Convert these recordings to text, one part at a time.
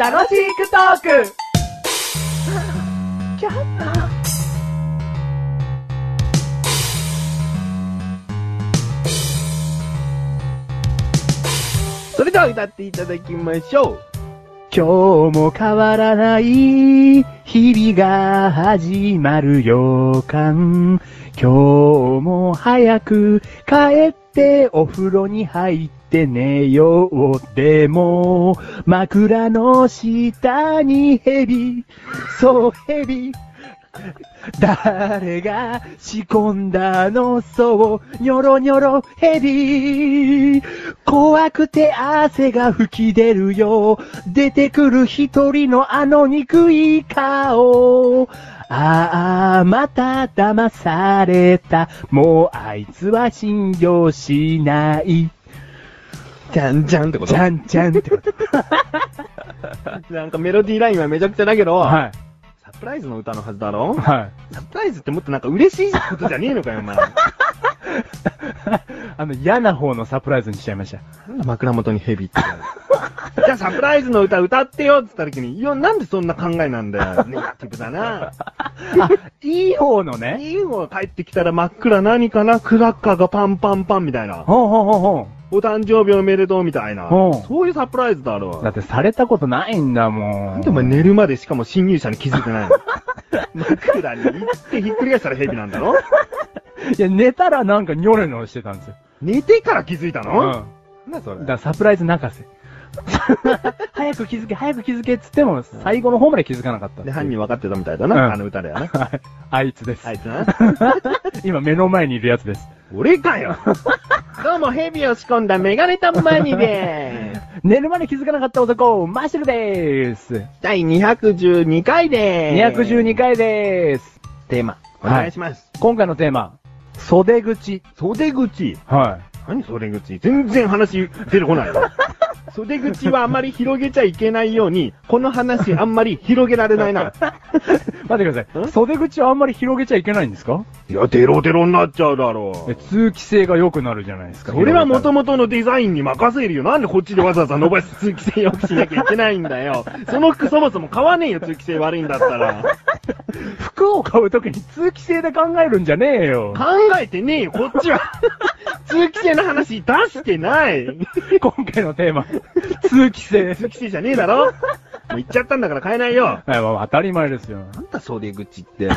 楽しくトークそれでは歌っていただきましょう。今日も変わらない日々が始まる予感。今日も早く帰ってお風呂に入って寝よう。でも枕の下に蛇、そう蛇。誰が仕込んだのそう、ニョロニョロヘビ怖くて汗が吹き出るよ。出てくる一人のあの憎い顔。ああ、また騙された。もうあいつは信用しない。じゃんじゃんってことちゃんちゃんってこと。なんかメロディーラインはめちゃくちゃだけど、はサプライズの歌のはずだろい。はい。サプライズってもっとなんか嬉しいことじゃねえのかよ、お前。 あの、嫌な方のサプライズにしちゃいま した。なんだ 枕元にヘビって。 じゃあサプライズの歌歌ってよって言った時に、いや、なんでそんな考えなんだよ。ネガティブだな。あ、いい方のね。いい方帰ってきたら真っ暗何かなクラッカーがパンパンパンみたいな。ほうほうほうほう。お誕生日おめでとうみたいな。うんそういうサプライズだろだ。ってされたことないんだもん。なんでお前寝るまでしかも侵入者に気づいてないの 枕に行ってひっくり返したらヘビなんだろいや、寝たらなんかニョロニョロしてたんですよ。寝てから気づいたの、なんだそうん。れだからサプライズ泣かせ。 早く気づけ、早く気づけっつっても、最後の方まで気づかなかったっていで、う。犯人分かってたみたいだうな。んあの歌だよな。はい。あいつですあ。いつな。 今目の前にいるやつです。俺かよ どうもヘビを仕込んだメガネたまにでーす。寝るまで気づかなかった男、マッシュルでーす。 第212回でーす。 212。回でーす。テーマ。お願いします。今回のテーマ、袖口。袖口。は何袖口全然話出てこない わ。袖口はあまり広げちゃいけないように、この話あんまり広げられない な。い。待ってください。ん袖口はあんまり広げちゃいけないんですかいや、デロデロになっちゃうだろえ通気性が良くなるじゃないですか。それは元も々のデザインに任せるよ。なんでこっちでわざわざ伸ばし通気性良くしなきゃいけないんだよ。その服そもそも買わねえよ、通気性悪いんだったら。服を買うときに通気性で考えるんじゃねえ よ。考えてねえよ、こっちは。通気性の話出してない。今回のテーマ、通気 性。通気性じゃねえだろもう言っちゃったんだから買えないよ。はい、まあ当たり前ですよ。なんだ袖口って。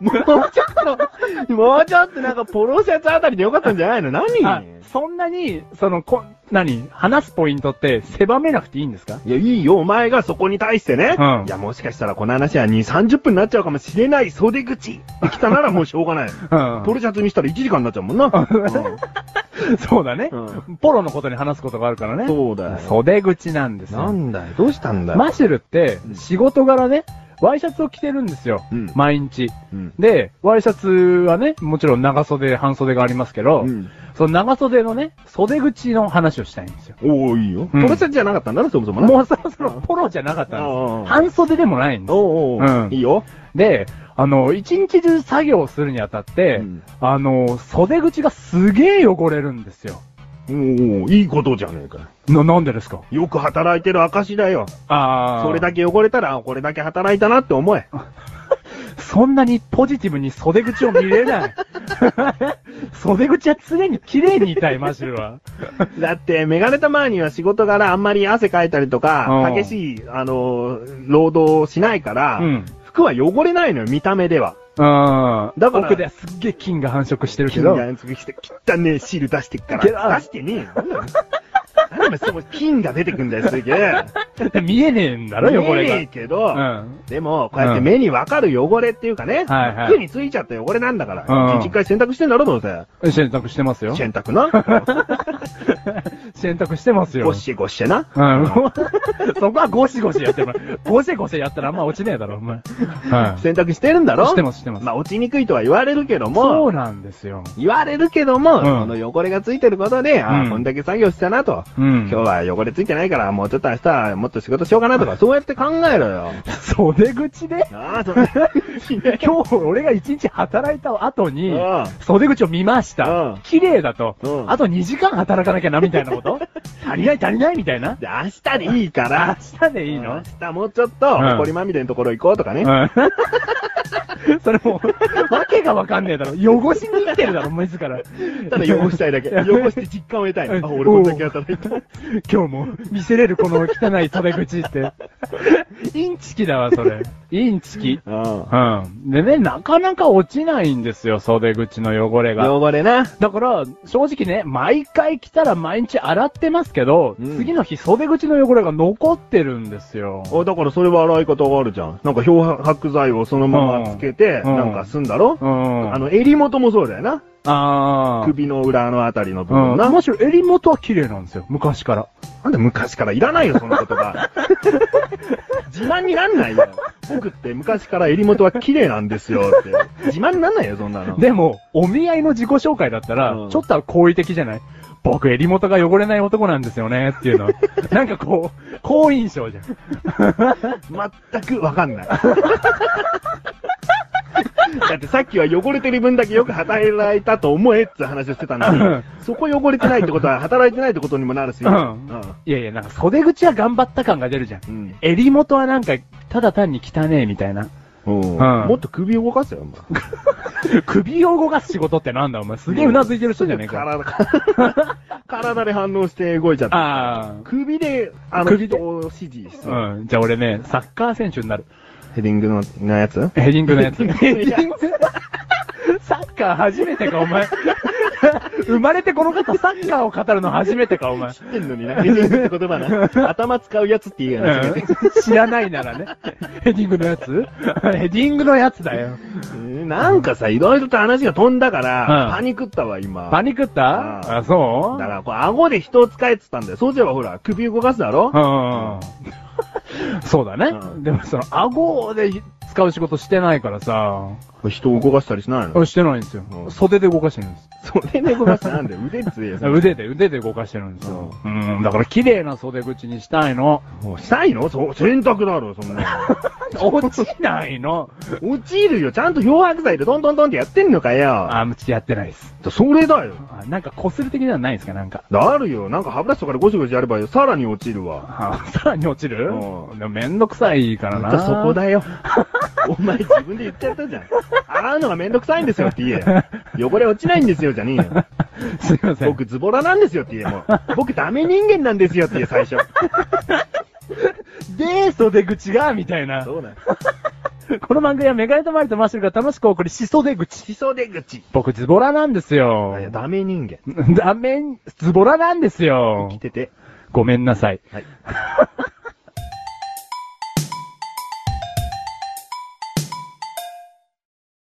もうちょっと、もうちょっとなんかポロシャツあたりでよかったんじゃないの何あそんなに、その、こ、何話すポイントって狭めなくていいんですかいや、いいよ、お前がそこに対してね。うんいや、もしかしたらこの話は2、30分になっちゃうかもしれない袖口って来たならもうしょうがない。うんポロシャツにしたら1時間になっちゃうもんな。そうだね、うポロのことに話すことがあるからうんね。そうだよ。袖口なんですなよ。んだよ、どうしたんだよ。マシュルってう、ん仕事柄ね、ワイシャツを着てるんですよ。うん毎日。うん。で、ワイシャツはね、もちろん長袖、半袖がありますけど、うんその長袖のね、袖口の話をしたいんですよ。おー、いいよ。ポうんロシャツじゃなかったんだな、そもそもな。もうそろそろポロじゃなかったんですよ。ああ半袖でもないんです。おうおううんいいよ。で、あの、一日中作業をするにあたって、うんあの、袖口がすげえ汚れるんですよ。おうおういいことじゃねえか。な、なんでですかよく働いてる証だよ。ああ。それだけ汚れたら、あこれだけ働いたなって 思え。そんなにポジティブに袖口を見れ ない。袖口は常に綺麗にいたい、マシルは。だって、メガネたマーニーは仕事柄あんまり汗かいたりとかう、ん激しい、あのー、労働をしないから、うん。服は汚れないのよ、見た目では。うん。だから奥ではすっげえ菌が繁殖してるけ金ど。が付きして、汚ねえ汁出してっかけどら。出してねえよ。なんだよなんだよ、その金が出てくんだよ、すげえ。見えねえんだろ、汚見えねえれけど、が。うん。でも、こうやって目にわかる汚れっていうかね、はいはい服についちゃった汚れなんだから、うん一日一回洗濯してんだろ、どうせ。洗濯してます よ。洗濯な。洗濯してますよ。ゴシゴシな。うん。そこはゴシゴシやってもらう。ゴシゴシやったらあんま落ちねえだろ、お前。はい。洗濯してるんだろしてますしてますまあ、落ちにくいとは言われるけどそも、うなんですよ。言われるけども、んその汚れがついてることで、あうあ、んこんだけ作業したなと、うん今日は汚れついてないから、もうちょっと明日はもっと仕事しようかなとか、そうやって考えろよ。袖口でな あ、それ。今日俺が一日働いた後にうん、袖口を見ましうたん。綺麗だとう。んあと2時間働かなきゃな、みたいなこと 足りない足りないみたいな。で明日でいいから。明日でいいの明日もうちょっと、うん埃まみれのところ行こうとかね。うん それもう、わけがわかんねえだろ。汚しに生きてるだろ、自ら。ただ汚した いだけ。汚して実感を得たいの。あ、俺こんだけ働いた。 今日も見せれるこの汚い袖口って。インチキだわ、それ。インチキ。ううん。でね、なかなか落ちないんですよ、袖口の汚れが。ん。汚れな。だから、正直ね、毎回来たら毎日洗ってますけど、うん次の日袖口の汚れが残ってるんですよ。おだからそれは洗い方があるじゃん。なんか漂白剤をそのままつけて、うんなんかすんだろ、うん。あ、の、襟元もそうだよな。あー首の裏のあたりの部うん。分な。むしろ襟元は綺麗なんですよ、昔から。なんで昔からいらないよ、その言葉。 自慢になんないよ。僕って昔から襟元は綺麗なんですよって。自慢になんないよ、そんなの。 でも、お見合いの自己紹介だったら、うんちょっとは好意的じゃない僕、襟元が汚れない男なんですよね、っていうのは。なんかこう、好印象じゃん。全くわかんない。 だってさっきは汚れてる分だけよく働いたと思えって話をしてたのうんに、そこ汚れてないってことは働いてないってことにもなるし。うんいやいや、なんか袖口は頑張った感が出るじゃん。うん。襟元はなんか、ただ単に汚ねえみたいな。うんうんもっと首動かせよ、お前。首を動かす仕事ってなんだお前。すげえうなずいてる人じゃねえか。体が、 体で反応して動いちゃった。あ首で、あの、首で人を指示する。あ。うん。じゃあ俺ね、サッカー選手になる。ヘディングの、のやつヘディングのやつ。ヘディン サッカー初めてか、お前。生まれてこの方、サッカーを語るの初めてか、お前。知ってんのにな、ヘディングって言葉な。 頭使うやつって言うやつ。知らないなら ね。ヘディングのやつヘディングのやつだよ。うんなんかさ、いろいろと話が飛んだから、うんパニクったわ、今。パニクったああ、そだうから、こう、顎で人を使えって言ったんだよ。そうすればほら、首動かすだろうん。そうだねう。んでもその、顎で使う仕事してないからさ、人を動かしたりしないのしてないんですよう。ん袖で動かしてるんです。袖で動かすなんで腕つえよ。それ腕で、腕で動かしてるんですよ。うん。だから綺麗な袖口にしたいの。もうしたいのそう、洗濯だろ、そんな 落ちないの。の。落ちるよ、ちゃんと漂白剤でトントントンってやってんのかよ。あ、むちやってないです。それだよ。あなんか擦る的ではないですか、なんか。あるよ。なんか歯ブラシとかでゴシゴシやればよさらに落ちるわ。あさらに落ちるうんでもめんどくさいからまな。たそこだよ。 お前自分で言っちゃったじゃん。洗うのがめんどくさいんですよって言えよ。汚れ落ちないんですよじゃねえ よ。すいません。僕ズボラなんですよって言えもう。僕ダメ人間なんですよって言え 最初。で、袖口が、みたいな。そうなん。この番組はメガネとマリとマッシュルが楽しくお送りし袖口。しそ出口。僕、ズボラなんですよ。 ダメ人間。ダメ、ズボラなんですよ来。てて。ごめんなさい。はい。